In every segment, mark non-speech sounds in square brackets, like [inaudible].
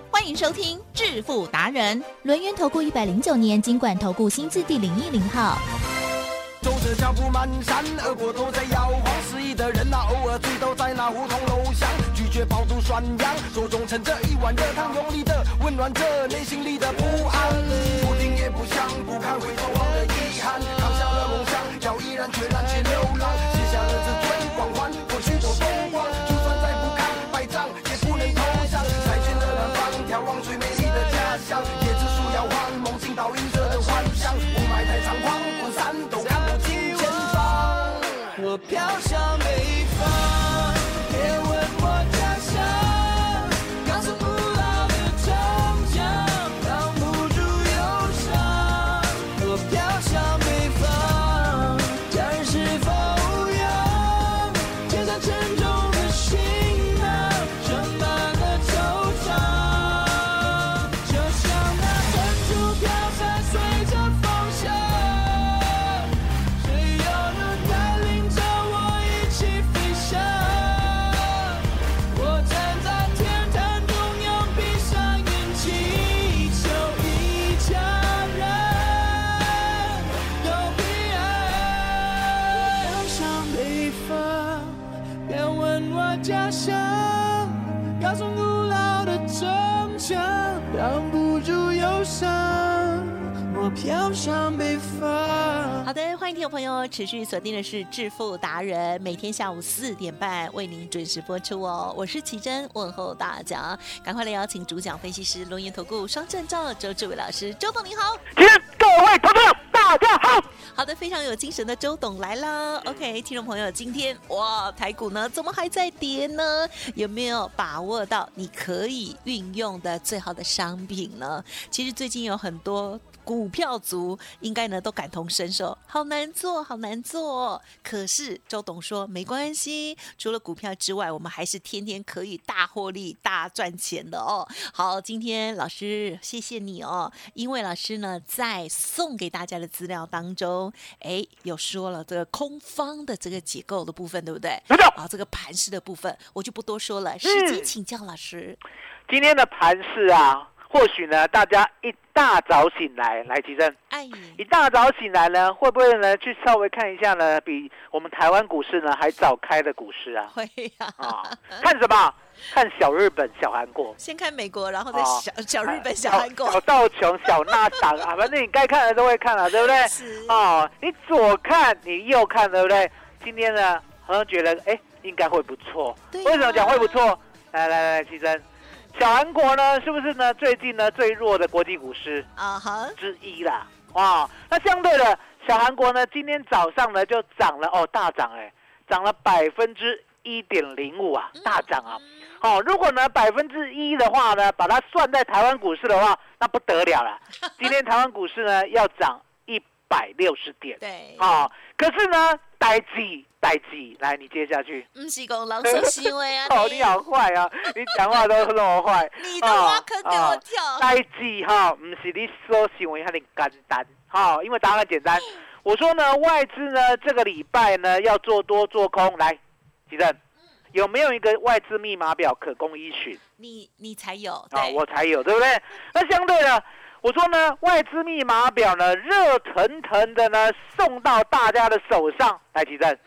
欢迎收听《致富达人》，轮源投顾一百零九年经管投顾新字第零一零号。走着脚步蹒跚，而我都在摇晃。失意的人呐、偶尔醉都在那胡同楼巷，拒绝饱读涮羊，手中盛着一碗热汤，用力的温暖着内心里的不安。啊不听也不想，不堪回头望的遗憾，扛下了梦想，要毅然决然去流浪，卸下了这最光环，过去都风光，就算再不堪百丈，也不能投降。再见了南方，眺望最美丽的家乡，椰子树摇晃，梦境倒映着的幻想，雾霾太猖狂，滚散都看不清前方。我飘向北方，别问我家乡，钢索不老的城墙挡不住忧伤。我飘向北方，家人是否无恙？肩上沉重的行囊，盛满了惆怅，就像那珍珠飘散，随着风向。只有能带领着我一起飞翔。我站在天坛中央，闭上眼睛，求一家人有平安。飘向北方，别问我家乡，高耸古老的城墙挡不住忧伤。我飘向北方。好的，欢迎听众朋友持续锁定的是致富达人，每天下午四点半为您准时播出哦。我是奇珍，问候大家，赶快来邀请主讲分析师、龙岩投顾双证照周志伟老师，周董您好。请各位投资者大家好，好的，非常有精神的周董来啦。OK，听众朋友，今天哇，台股呢怎么还在跌呢？有没有把握到你可以运用的最好的商品呢？其实最近有很多。股票族应该呢都感同身受，好难做，好难做哦。可是周董说没关系，除了股票之外，我们还是天天可以大获利、大赚钱的哦。好，今天老师谢谢你哦，因为老师呢在送给大家的资料当中，哎，有说了这个空方的这个结构的部分，对不对？没错。啊，这个盘式的部分我就不多说了，时间嗯请教老师。今天的盘市啊，或许呢，大家一大早醒来，来吉正，哎，一大早醒来呢，会不会呢去稍微看一下呢，比我们台湾股市呢还早开的股市啊？会呀、啊，看什么？看小日本、小韩国。先看美国，然后再哦小、 [laughs] 小日本、小韩国。小道琼、小纳 [laughs] 党啊，反正你该看的都会看了、对不对？是哦，你左看，你右看，对不对？今天呢，好像觉得哎，应该会不错。对啊为什么讲会不错？来来来，齐珍，小韩国呢，是不是呢？最近呢，最弱的国际股市啊哈，之一啦。哇、那相对的，小韩国呢，今天早上呢就涨了哦，大涨哎，涨了百分之一点零五啊，嗯大涨啊。哦，如果呢百分之一的话呢，把它算在台湾股市的话，那不得 [laughs] 了了。今天台湾股市呢要涨一百六十点，对，哦，可是呢，代记代记，来你接下去。不嗯是讲人所行为啊，哦，你好坏啊，你讲话都那么坏。你都挖坑给我哦跳，代志哈，唔是你所想为遐尼简单哈、因为答案简单。我说呢，外资呢这个礼拜呢要做多做空，来，吉正有没有一个外资密码表可供依循你你才有啊？对，我才有，对不对？那相对的，我说呢，外资密码表呢热腾腾的呢送到大家的手上，来，吉正，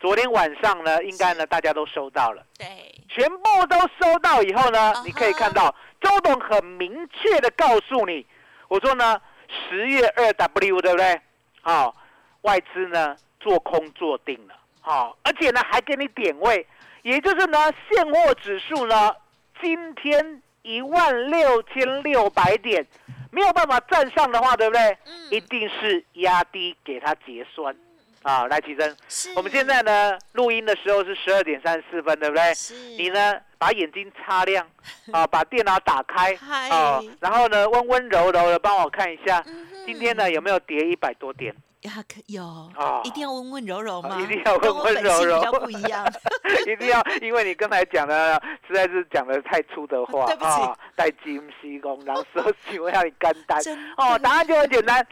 昨天晚上呢，应该呢大家都收到了。对，全部都收到以后呢啊哈你可以看到周董很明确的告诉你，我说呢，十月二 W 对不对？好、外资呢做空做定了，好、而且呢还给你点位，也就是呢现货指数呢今天一万六千六百点没有办法站上的话，对不对？一嗯，定是压低给它结算啊，来起身。是。我们现在呢录音的时候是十二点三十四分，对不对？是你呢，把眼睛 [laughs] 擦亮，啊，把电脑打开，嗨啊，然后呢，温温柔柔的帮我看一下，嗯哼 [laughs] 今天呢有没有跌一百多点？呀，可有啊，一定要温温柔柔嘛，一定要跟温我温本柔性柔比较不一 [laughs] 样。一定要，因为你刚才讲的实在是讲的太粗的话哦对不起啊，带金西宫，然后说请问要你干 [laughs] 单真哦，的答案就很简单，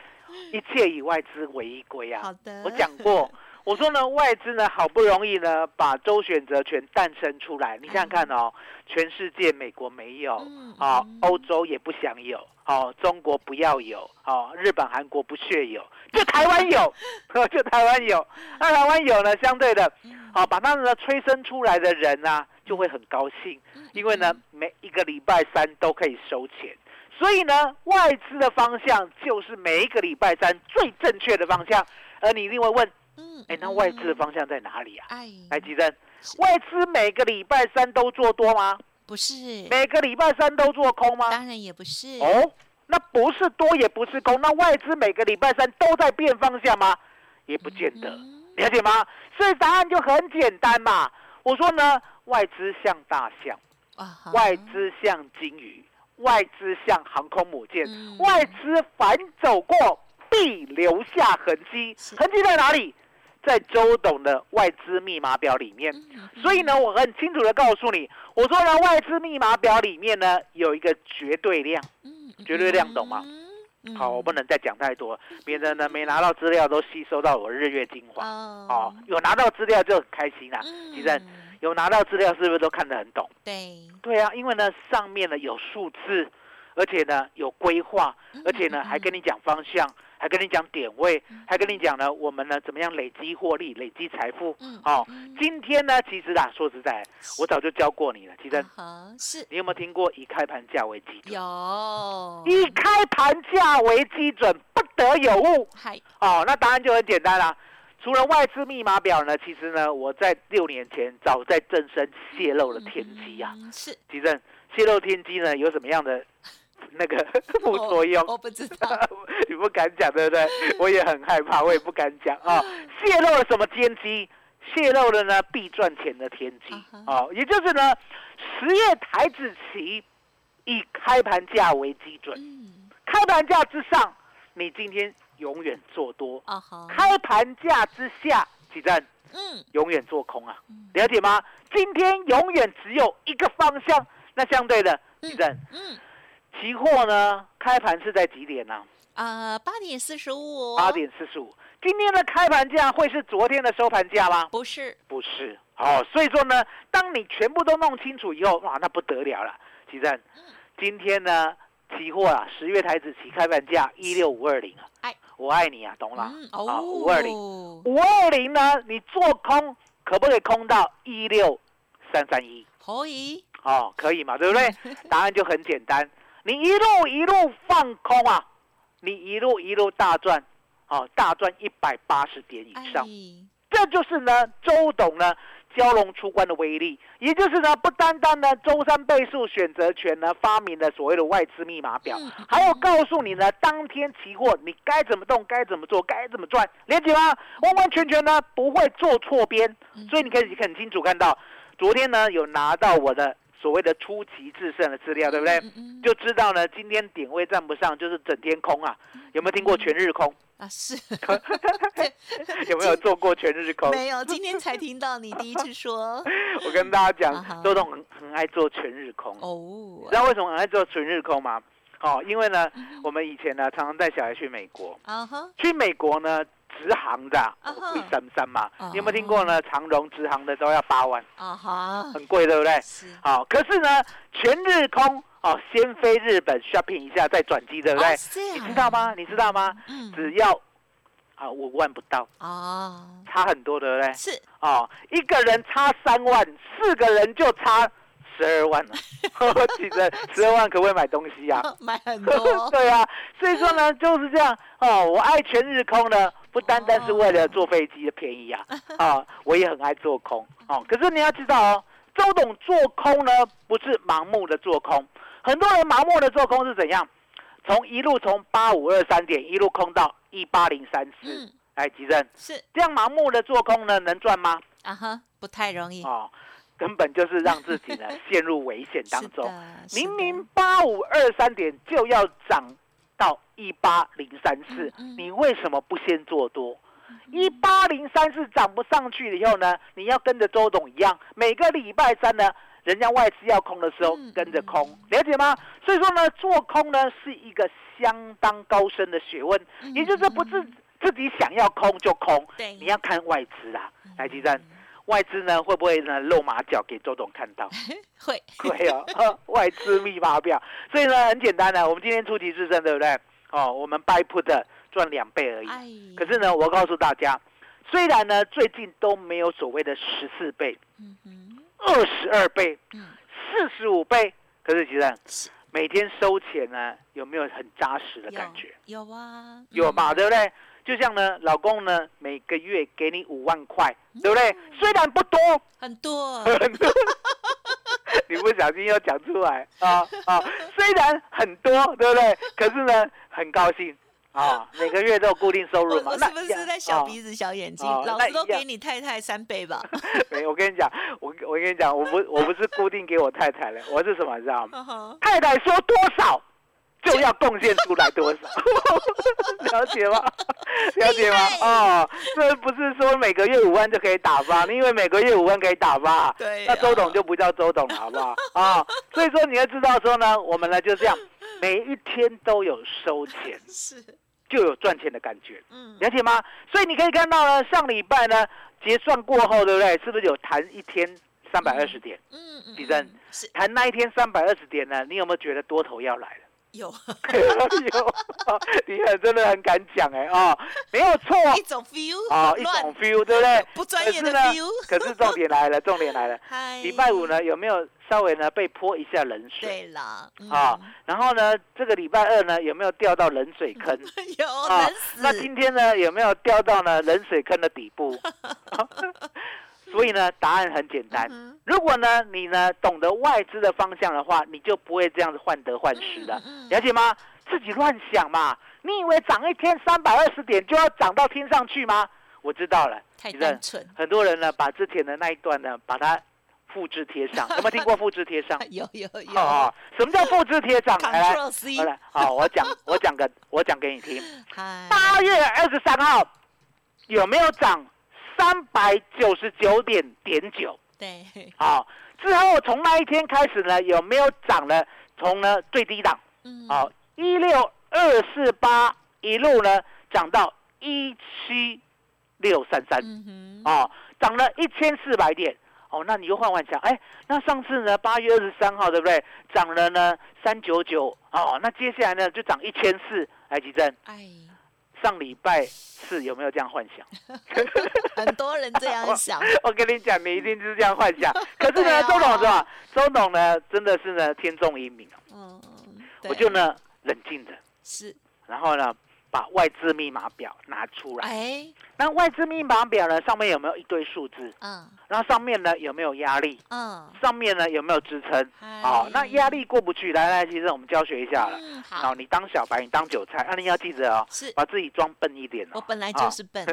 一切以外之为一归啊。好的我讲 [laughs] 过，我说呢，外资呢好不容易呢把周选择权诞生出来，你想想看哦，全世界美国没有嗯，啊嗯，欧洲也不想有，哦，中国不要有，哦，日本、韩国不屑有，就台湾 [laughs] 有，就台湾有，那台湾有呢，相对的。嗯好、把他们呢催生出来的人啊，就会很高兴，嗯因为呢，每一个礼拜三都可以收钱，所以呢，外资的方向就是每一个礼拜三最正确的方向。而你一定会问，嗯，哎，那嗯外资的，方向在哪里啊？哎，来，吉珍是，外资每个礼拜三都做多吗？不是，每个礼拜三都做空吗？当然也不是，啊哦，那不是多也不是空，那外资每个礼拜三都在变方向吗？也不见得。嗯了解吗？所以答案就很简单嘛。我说呢，外资像大象，啊哈，外资像金鱼，外资像航空母舰，嗯外资反走过必留下痕迹是，痕迹在哪里？在周董的外资密码表里面。嗯，所以呢，我很清楚的告诉你，我说呢，外资密码表里面呢有一个绝对量。嗯，嗯绝对量懂吗？嗯好，我不能再讲太多了，免得呢没拿到资料都吸收到我日月精华。哦哦，，有拿到资料就很开心啦、嗯其实有拿到资料是不是都看得很懂？对，对啊，因为呢上面呢有数字，而且呢有规划，嗯而且呢还跟你讲方向，还跟你讲点位，嗯还跟你讲呢我们呢怎么样累积获利、累积财富。嗯，哦，嗯今天呢其实啊说实在，我早就教过你了，其实啊哈是你有没有听过以开盘价为基准？有，以开盘价为基准，不得有误。嗨，哦，那答案就很简单啦。除了外资密码表呢，其实呢，我在六年前早在正声泄露了天机啊。嗯，是其正泄露天机呢，有什么样的那个哦副我作用？我不知道， [laughs] 你不敢讲，对不对？我也很害怕，我也不敢讲啊。泄露了什么天机？泄露了呢必赚钱的天机啊哈哦，也就是呢，十月台子期以开盘价为基准，嗯，开盘价之上，你今天永远做多，啊哈，开盘价之下，起站嗯，永远做空啊，了解吗？今天永远只有一个方向，那相对的，嗯起站嗯，期货呢，开盘是在几点呢、啊，八点四十五，八点四十五。今天的开盘价会是昨天的收盘价吗？不是，不是。哦，所以说呢，当你全部都弄清楚以后，哇，那不得了了，起站。嗯今天呢，期货啊，十月台子期开盘价一六五二零啊，哎，我爱你啊，懂了？嗯，啊，哦，五二零。五二零呢，你做空可不可以空到一六三三一？可以，哦，可以嘛，对不对？答案就很简单，你一路一路放空啊，你一路一路大赚，哦，大赚一百八十点以上，哎这就是呢，周董呢。蛟龙出关的威力，也就是呢，不单单呢，周三倍数选择权呢发明了所谓的外资密码表，嗯还有告诉你呢，当天期货你该怎么动，该怎么做，该怎么赚，了解吗？完完全全呢不会做错边，嗯所以你可以很清楚看到，昨天呢有拿到我的所谓的出奇制胜的资料，对不对？嗯嗯就知道呢，今天点位站不上，就是整天空啊。有没有听过全 [laughs] 日空？啊 [laughs] 是，有没有做过全日空？没有，今天 [laughs] 才听到你第一次说，我跟大家啊哈讲，周董很很爱做全日空。哦知，道为什么很爱做全日空吗？哦，因为呢，嗯我们以前呢常常带小孩去美国，啊哈，去美国呢，直航的啊啊哈贵三三嘛啊，你有没有听过呢？长荣直航的都要八万，啊哈，很贵，[laughs] 对不对？是，好，可是呢，全日空哦，先飞日本 shopping 一下再转机，对不对哦？是这你样知道吗？你知道吗？嗯只要啊五万不到，啊，差很多，对不对？是哦，一个人差三万，四个人就差十二万 [laughs] 了。记得十二万可不可以买东西呀、哦买很多， [laughs] 对啊，所以 [laughs] 说呢，就是这样哦。我爱全日空呢，不单单是为了坐飞机的便宜啊，哦啊、我也很爱做 [laughs] 空哦。可是你要知道哦，周董做空呢，不是盲目的做空，很多人盲目的做空是怎样？从一路从八五二三点一路空到一八零三四嗯，来吉正，是这样盲目的做空呢，能赚吗？啊哈，不太容易，哦，根本就是让自己呢陷入危险当是中。的，是明的明八五二三点就要涨到一八零三四，嗯你为什么不先做多？一八零三四涨不上去了以后呢，你要跟着周董一样，每个礼拜三呢，人家外资要空的时候嗯跟着空，了解吗？所以说呢，做空呢是一个相当高深的学问，嗯也就是不是自己想要空就空，对嗯你要看外资啊，来吉站。外资呢会不会呢露马脚给周董看到？会， [laughs] 对哦，呵 [laughs] 外资密发票，所以呢很简单的，我们今天出奇制胜，对不对？哦，我们 buy put 赚两倍而已。哎，可是呢，我告诉大家，虽然呢最近都没有所谓的十四倍、嗯哼，二十二倍、嗯四十五倍，可是其是实每天收钱呢，有没有很扎实的感觉？有有啊，有吧，对不对？就像呢，老公呢每个月给你五万块，对不对？虽然不多，嗯很 [laughs] 多，你不小心又讲出来啊啊！虽然很多，对不对？可是呢，很高兴啊，每个月都有固定收入我嘛。我那是不一样是在小啊鼻子小眼睛？哦老那子都一样给你太太三倍 [laughs] 吧？没，我跟你讲，我我跟你讲，我不我不是固定给我太太了，我是什么，你知道吗？嗯哼太太说多少就要贡献出来多少， [laughs] 了解 [laughs] 吗？了解吗厉？害哦，这不是说每个月五万就可以打发，因为每个月五万可以打发，对那周啊董就不叫周董了，好 [laughs] 不好？啊、所以说你要知道说呢，我们呢就这样，每一天都有收钱，是，就有赚钱的感觉。嗯，了解吗？所以你可以看到呢，上礼拜呢结算过后，对不对？是不是有弹一天三百二十点？嗯嗯，地震嗯是弹那一天三百二十点呢，你有没有觉得多头要来了？有 [laughs] 有，哎你很真的很敢讲哎 [laughs] 啊，没有错 [laughs] 一种 feel 啊，一乱种 feel，对不对？ [laughs] 不专业的可是 feel 哎呢。 [laughs] 可是重点来了，重点来 [laughs] 了，嗨，礼拜五呢有没有稍微呢被泼一下冷水对啦，嗯啊？然后呢，这个礼拜二呢有没有掉到冷水坑？ [laughs] 有啊哦冷死，那今天呢，有没有掉到呢冷水坑的底 [laughs] 部？所以呢，答案很简单。嗯如果呢，你呢懂得外资的方向的话，你就不会这样子患得患失的，嗯嗯嗯了解吗？自己乱想嘛，你以为涨一天三百二十点就要涨到天上去吗？我知道了，太你知道单纯，？很多人呢把之前的那一段呢把它复制贴上，有没有听过复制贴上 [laughs] 有有有哦，什么叫复制贴上？来来，哎，Control C，好来，好，我讲，我讲个，我讲给你听。嗨，八月二十三号有没有涨三百九十九点点九？对，好，之后从那一天开始呢，有没有涨了？从呢最低档，嗯，好一六二四八一路呢涨到一七六三三，嗯哼，哦，涨了一千四百点。哦，那你就换换想，哎，那上次呢，八月二十三号，对不对？涨了呢三九九，哦，那接下来呢就涨一千四，来吉珍，哎，上礼拜四有没有这样幻 [laughs] 想？很多人这样想， [laughs] 我跟你讲，你一定是这样幻 [laughs] 想。可是对呢，啊周董是吧？周董呢，真的是呢天纵英明啊嗯，我对就呢冷静着，是，然后呢把外资密码表拿出来。哎，那外资密码表呢上面有没有一堆数字？嗯然后上面呢有没有压力？嗯，上面呢有没有支撑？嗨好、哦那压力过不去，来来，其实我们教学一下了。哎嗯好哦，你当小白，你当韭菜，那、你要记着哦，是把自己装笨一点哦。我本来啊就是笨，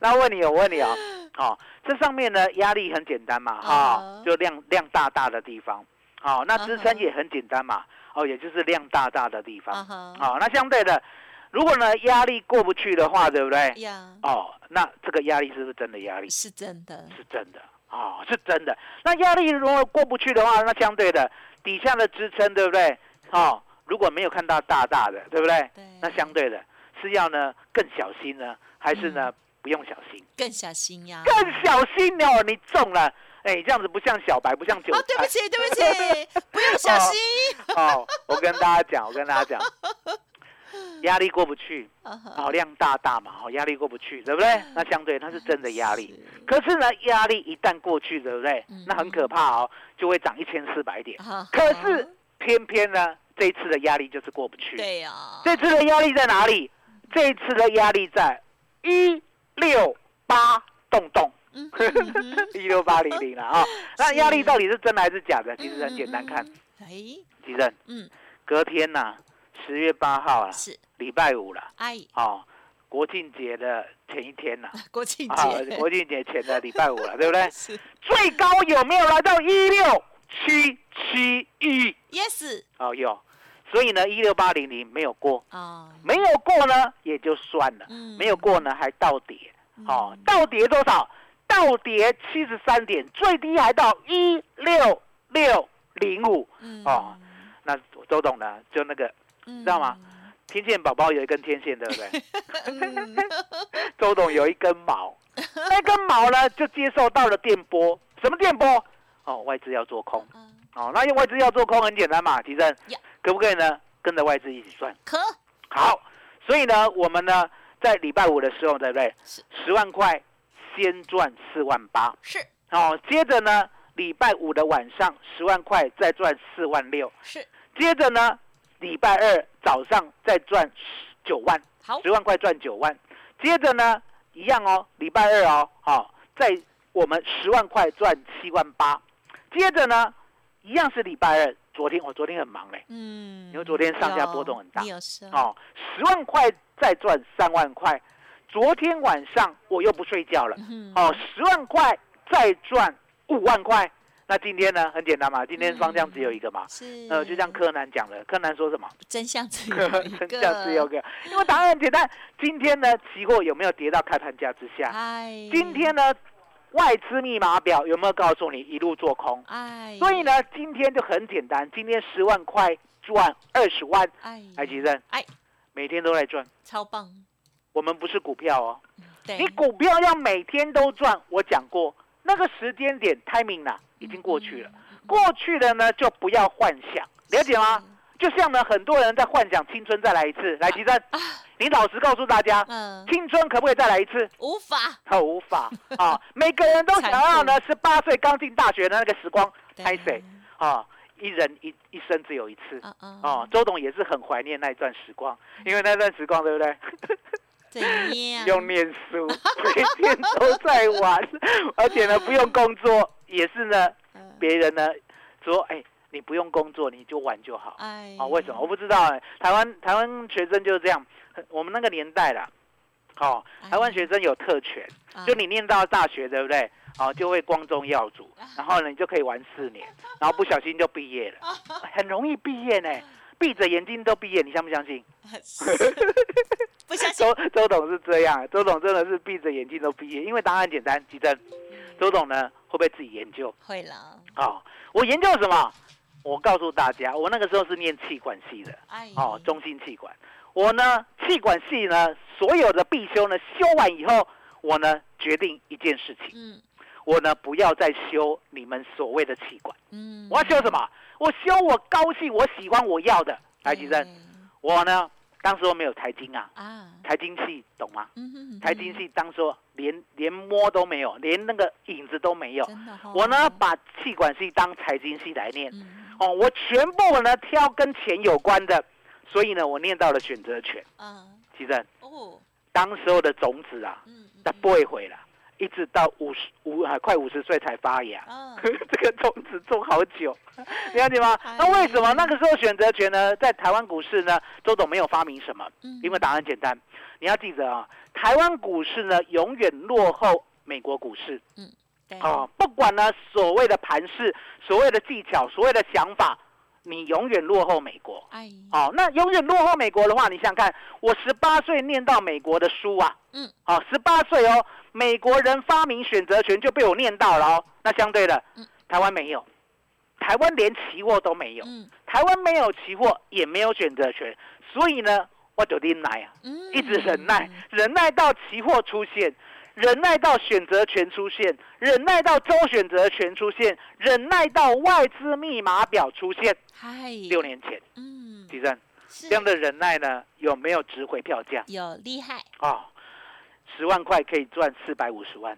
那问你，我问你哦，哦，这上面呢压力很简单嘛，哈、嗯就量量大大的地方，哦，那支嗯撑哼也很简单嘛，哦，也就是量大大的地方，啊好、哈，那相对的，如果呢压力过不去的话，对不对？呀，哦，那这个压力是不是真的压力？是真的，是真的，哦，是真的。那压力如果过不去的话，那相对的底下的支撑，对不对？哦，如果没有看到大大的，对不对？对，那相对的是要呢更小心呢，还是嗯呢、不用小心？更小心呀，更小心哦，你中了，哎、这样子不像小白，不像韭哦，对不菜起，对不起，不用小心， [laughs] 哦。我跟大家讲，我跟大 [laughs] 家讲，压力过不去，啊哈哦，量大大嘛，哦，压力过不去，对不对？那相对它是真的压力。嗯啊是可是呢，压力一旦过去，对不对嗯？那很可怕哦，就会涨一千四百点。啊哈可是偏偏呢，这一次的压力就是过不去。对呀，这次的压力在哪里？这一次的压力在一六八洞洞，嗯哼嗯哼一六八零零了啊。那是压力到底是真的还是假 [laughs] 的？其实很简单看，嗯，嗯嗯其实嗯哎，隔天呐、十月八号了嗯，，是，礼拜五了，哎，哦，国庆节的前一天呐、国庆 [laughs] 啊，节，国庆节前的礼拜五了，对不 [laughs] 对？是最高有没有来到一六七七一？ ，yes，哦，有。所以呢，一六八零零没有过，啊，没有过呢也就算了，嗯没有过呢还倒跌，哦，倒跌多少？倒跌七十三点，最低还到一六六零五。嗯哦，那周董呢，就那个知知道吗？天线宝宝有一根天线，对不对？嗯 [laughs] 周董有一根毛，那根毛呢就接受到了电波，什么电波？哦，外资要做空，嗯哦，那用外资要做空很简单嘛，提升呀，可不可以呢？跟着外资一起赚。可好，所以呢，我们呢在礼拜五的时候，对不对是？十万块先赚四万八，是哦，接着呢，礼拜五的晚上十万块再赚四万六，是接着呢，礼拜二早上再赚九万，好十万块赚九万。接着呢，一样哦，礼拜二哦，好、在我们十万块赚七万八。接着呢，一样是礼拜二，昨天我、昨天很忙嘞，嗯，因为昨天上下波动很大有你有事哦，哦，十万块再赚三万块。昨天晚上我又不睡觉了，嗯哦，十万块再赚五万块。那今天呢，很简单嘛，今天方向只有一个嘛，嗯是呃，就像柯南讲的，柯南说什么？真相只 [laughs] [laughs] 有一个，真相只有一个，因为答案很简单。今天呢，期货有没有跌到开盘价之下？哎，今天呢，外资密码表有没有告诉你一路做空？哎，所以呢，今天就很简单，今天十万块赚二十万，哎，哎，其实哎，每天都在赚。超棒，我们不是股票哦，对，你股票要每天都赚，我讲过那个时间点 timing 啦、已经过去了，嗯过去了呢就不要幻想，了解吗？就像呢，很多人在幻想青春再来一次，来，吉珍，你老实告诉大家，啊嗯，青春可不可以再来一次？无法，他无 [laughs] 法啊，每个人都想要呢，十八岁刚进大学的那个时光，对拍谁啊？一人一一生只有一次啊啊，啊！周董也是很怀念那一段时光，因为那段时光，对不对？怎样？不用念书， [laughs] 每天都在玩， [laughs] 而且呢，不用工作，也是呢，嗯别人呢说，哎、你不用工作，你就玩就好。哎，哦，为什么？我不知道哎、台湾台湾学生就是这样，很我们那个年代啦，好、哎台湾学生有特权，啊就你念到大学，对不对？哦，就会光宗耀祖，啊然后呢，你就可以玩四 [laughs] 年，然后不小心就毕业了，很容易毕业呢，闭着眼睛都毕业，你相不相信？ [laughs] 不相信？ [laughs] 周周董是这样，周董真的是闭着眼睛都毕业，因为答案简单，吉正。嗯周董呢会不会自己研究？会了，哦，我研究什么？我告诉大家，我那个时候是念气管系的，哎，哦，中心气管。我呢，气管系呢，所有的必修呢，修完以后，我呢决定一件事情，嗯我呢不要再修你们所谓的气管，嗯，我要修什么？我修我高兴、我喜欢、我要的。台积嗯生，我呢当时我没有台经啊，哎啊，台经系懂吗？嗯哼，台经系当时我连连摸都没有，连那个影子都没有。真的哦我呢把气管系当财经系来念，嗯哦，我全部呢挑跟钱有关的，所以呢我念到了选择权。啊其实哦，当时候的种子啊，嗯嗯它不会回了，一直到五十五啊快五十岁才发芽。啊 [laughs] 这个种子种好久， [laughs] 了解吗哎？那为什么那个时候选择权呢？在台湾股市呢，周董没有发明什么嗯，因为答案简单。你要记得啊，台湾股市呢永远落后美国股市嗯对哦，不管呢所谓的盘势、所谓的技巧、所谓的想法，你永远落后美国。哎哦，那永远落后美国的话，你想想看，我十八岁念到美国的书啊，嗯，哦，十八岁哦，美国人发明选择权就被我念到了哦。那相对的，嗯台湾没有，台湾连期货都没有，嗯台湾没有期货，也没有选择权，所以呢，我就忍耐啊，嗯一直忍耐，忍耐到期货出现。忍耐到选择权出现，忍耐到周选择权出现，忍耐到外资密码表出现。嗨六年前，嗯地震，是这样的忍耐呢，有没有值回票价有厉害哦？十万块可以赚四百五十万，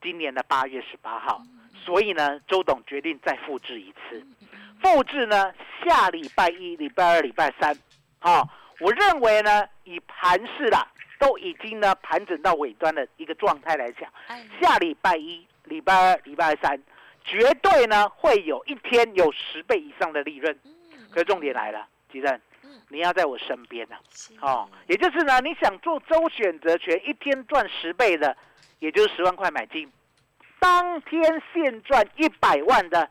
今年的八月十八嗯号，所以呢，周董决定再复制一次，嗯复制呢下礼拜一、礼拜二、礼拜三，哦，我认为呢，以盘势啦，都已经呢盘整到尾端的一个状态来讲，哎下礼拜一、礼拜二、礼拜三，绝对呢会有一天有十倍以上的利润。嗯可是重点来了，吉正嗯，你要在我身边呐、是哦，也就是呢，你想做周选择权，一天赚十倍的，也就是十万块买进，当天现赚一百万的，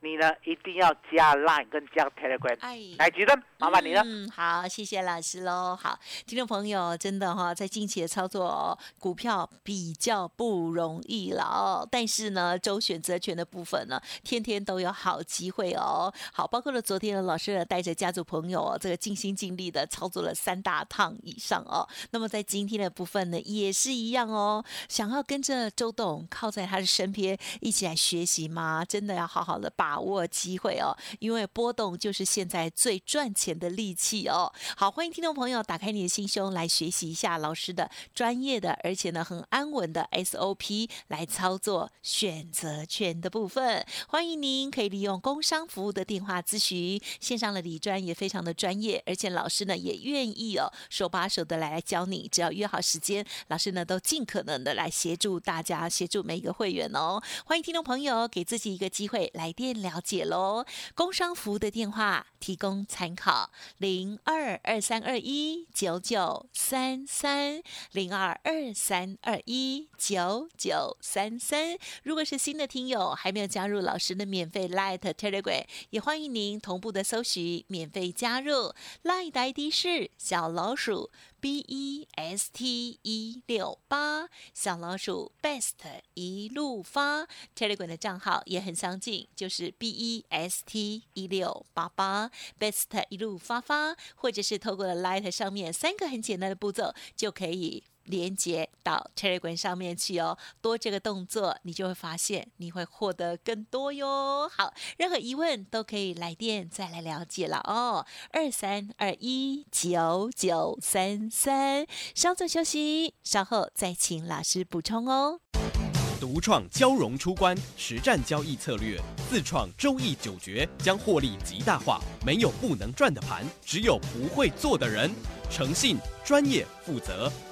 你呢一定要加 Line 跟加 Telegram。哎来，吉生，麻烦你了。嗯，好，谢谢老师喽。好，听众朋友，真的哈、在近期的操作、哦，股票比较不容易了哦。但是呢，周选择权的部分呢，天天都有好机会哦。好，包括了昨天的老师呢，带着家族朋友、哦，这个尽心尽力的操作了三大趟以上哦。那么在今天的部分呢，也是一样哦。想要跟着周董靠在他的身边一起来学习吗？真的要好好的把握机会哦，因为波动就是现在最赚钱的利器哦。好，欢迎听众朋友打开你的心胸来学习一下老师的专业的，而且呢很安稳的 SOP 来操作选择权的部分。欢迎您可以利用工商服务的电话咨询，线上的理专也非常的专业，而且老师呢也愿意哦手把手的来教你，只要约好时间，老师呢都尽可能的来协助大家，协助每一个会员哦。欢迎听众朋友给自己一个机会来电了解喽，工商服务的电话提供参考。零二二三二一九九三三零二二三二一九九三三。如果是新的听友，还没有加入老师的免费 Light Telegram，也欢迎您同步的搜寻免费加入。Light 的 ID 是小老鼠 B E S T 一六八，小老鼠 Best 一路发。Telegram 的账号也很相近，就是 B E S T 一六八八。Best 一路发发，或者是透过了 Light 上面三个很简单的步骤就可以。连接到 Telegram 上面去哦，多这个动作，你就会发现你会获得更多哟。好，任何疑问都可以来电再来了解了哦。二三二一九九三三，稍作休息，稍后再请老师补充哦。独创交融出关实战交易策略，自创周易九诀，将获利极大化。没有不能赚的盘，只有不会做的人。诚信、专业、负责，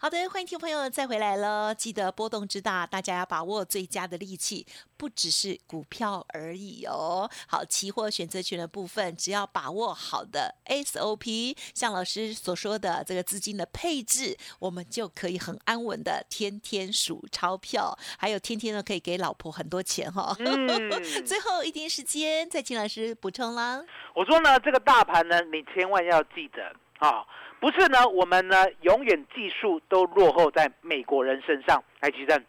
好的，欢迎听众朋友再回来了。记得波动之大，大家要把握最佳的利器，不只是股票而已哦。好，期货选择权的部分，只要把握好的 SOP，像老师所说的这个资金的配置，我们就可以很安稳的天天数钞票，还有天天呢可以给老婆很多钱哈、哦。嗯最后一点时间，再请老师补充啦。 [laughs] 我说呢，这个大盘呢，你千万要记得啊、不是呢，我们呢永远技术都落后在美国人身上。来，吉正，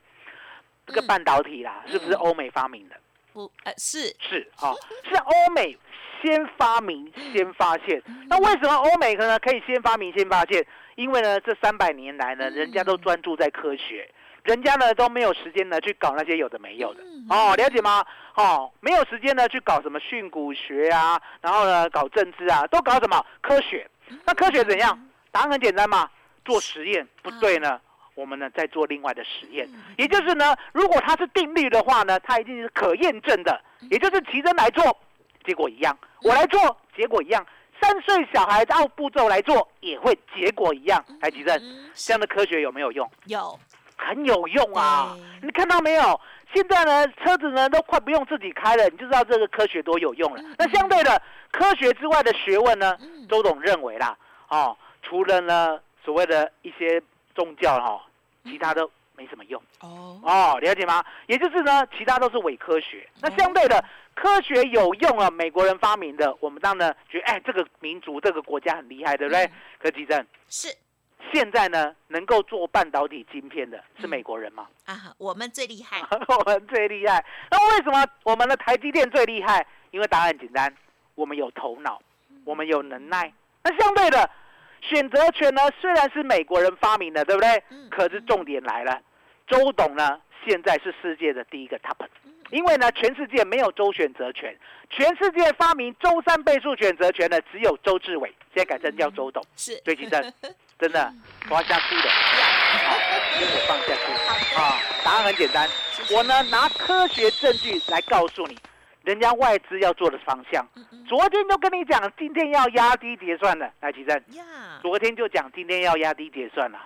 这个嗯半导体啦，是不是欧美发明的？不，呃，是是啊、是欧美先发明先发现。那为什么欧美可能可以先发明先发现？因为呢，这三百年来呢，人家都专注在科学，人家呢都没有时间呢去搞那些有的没有的嗯。哦，了解吗？哦，没有时间呢去搞什么训诂学啊，然后呢搞政治啊，都搞什么科学？嗯那科学怎样？答案很简单嘛，做实验。不对呢，我们呢再做另外的实验。嗯也就是呢，如果它是定律的话呢，它一定是可验证的，嗯也就是奇珍来做，结果一样；我来做，结果一样；三岁小孩按步骤来做，也会结果一样。来，奇珍，嗯，这样的科学有没有用？有，很有用啊！对你看到没有？现在呢，车子呢都快不用自己开了，你就知道这个科学多有用了。那相对的，科学之外的学问呢，周董认为啦，哦，除了呢所谓的一些宗教哦，其他都没什么用。哦，哦，了解吗？也就是呢，其他都是伪科学。那相对的，科学有用啊，美国人发明的，我们当然觉得，哎，这个民族、这个国家很厉害，对不对？柯基正，是现在呢，能够做半导体晶片的是美国人吗？啊，我们最厉害。 [laughs] 我们最厉害。那为什么我们的台积电最厉害？因为答案很简单，我们有头脑，我们有能耐。那相对的，选择权呢，虽然是美国人发明的，对不对嗯？可是重点来了，周董呢，现在是世界的第一个 top。因为呢，全世界没有周选择权，全世界发明周三倍数选择权的只有周志伟，现在改成叫周董。是最近真真的，我要下去了，好，给我放下去啊！答案很简单，我呢拿科学证据来告诉你，人家外资要做的方向。昨天都跟你讲，今天要压低结算了，来，奇正，呀，昨天就讲今天要压低结算了，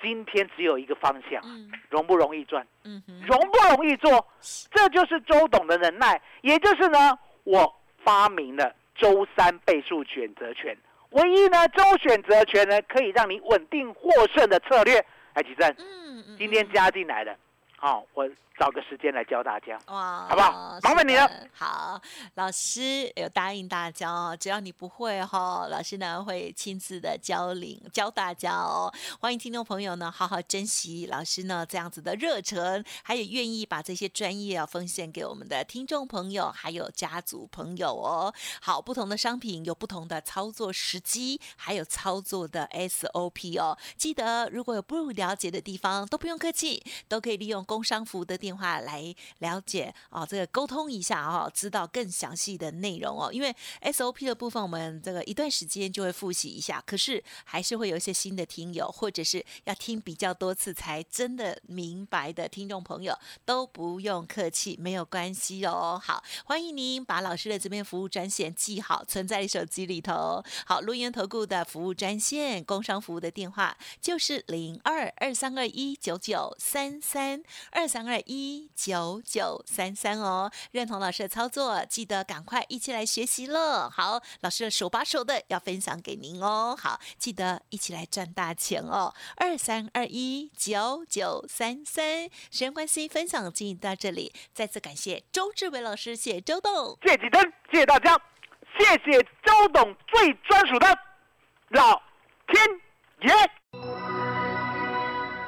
今天只有一个方向，嗯容不容易赚，嗯哼，容不容易做，这就是周董的能耐。也就是呢，我发明了周三倍数选择权，唯一呢周选择权呢可以让你稳定获胜的策略。来，吉正，嗯嗯今天加进来的，好、我找个时间来教大家。哇，好不好是麻烦你了的。好，老师有答应大家哦，只要你不会哈、老师呢会亲自的教领教大家哦。欢迎听众朋友呢好好珍惜老师呢这样子的热忱，还有愿意把这些专业啊奉献给我们的听众朋友，还有家族朋友哦。好，不同的商品有不同的操作时机，还有操作的 SOP 哦。记得如果有不了解的地方，都不用客气，都可以利用工商服务的电话来了解哦，这个沟通一下哦，知道更详细的内容哦。因为 SOP 的部分，我们这个一段时间就会复习一下，可是还是会有一些新的听友，或者是要听比较多次才真的明白的听众朋友，都不用客气，没有关系哦。好，欢迎您把老师的这边服务专线记好，存在手机里头。哦好，录音投顾的服务专线，工商服务的电话就是零二二三二一九九三三二三二一九九三三哦。认同老师的操作，记得赶快一起来学习了。好，老师的手把手的要分享给您哦。好，记得一起来赚大钱哦。二三二一九九三三，时间关系，分享进行到这里，再次感谢周志伟老师，谢谢周董。谢谢吉登，谢谢大家，谢谢周董最专属的老天爷。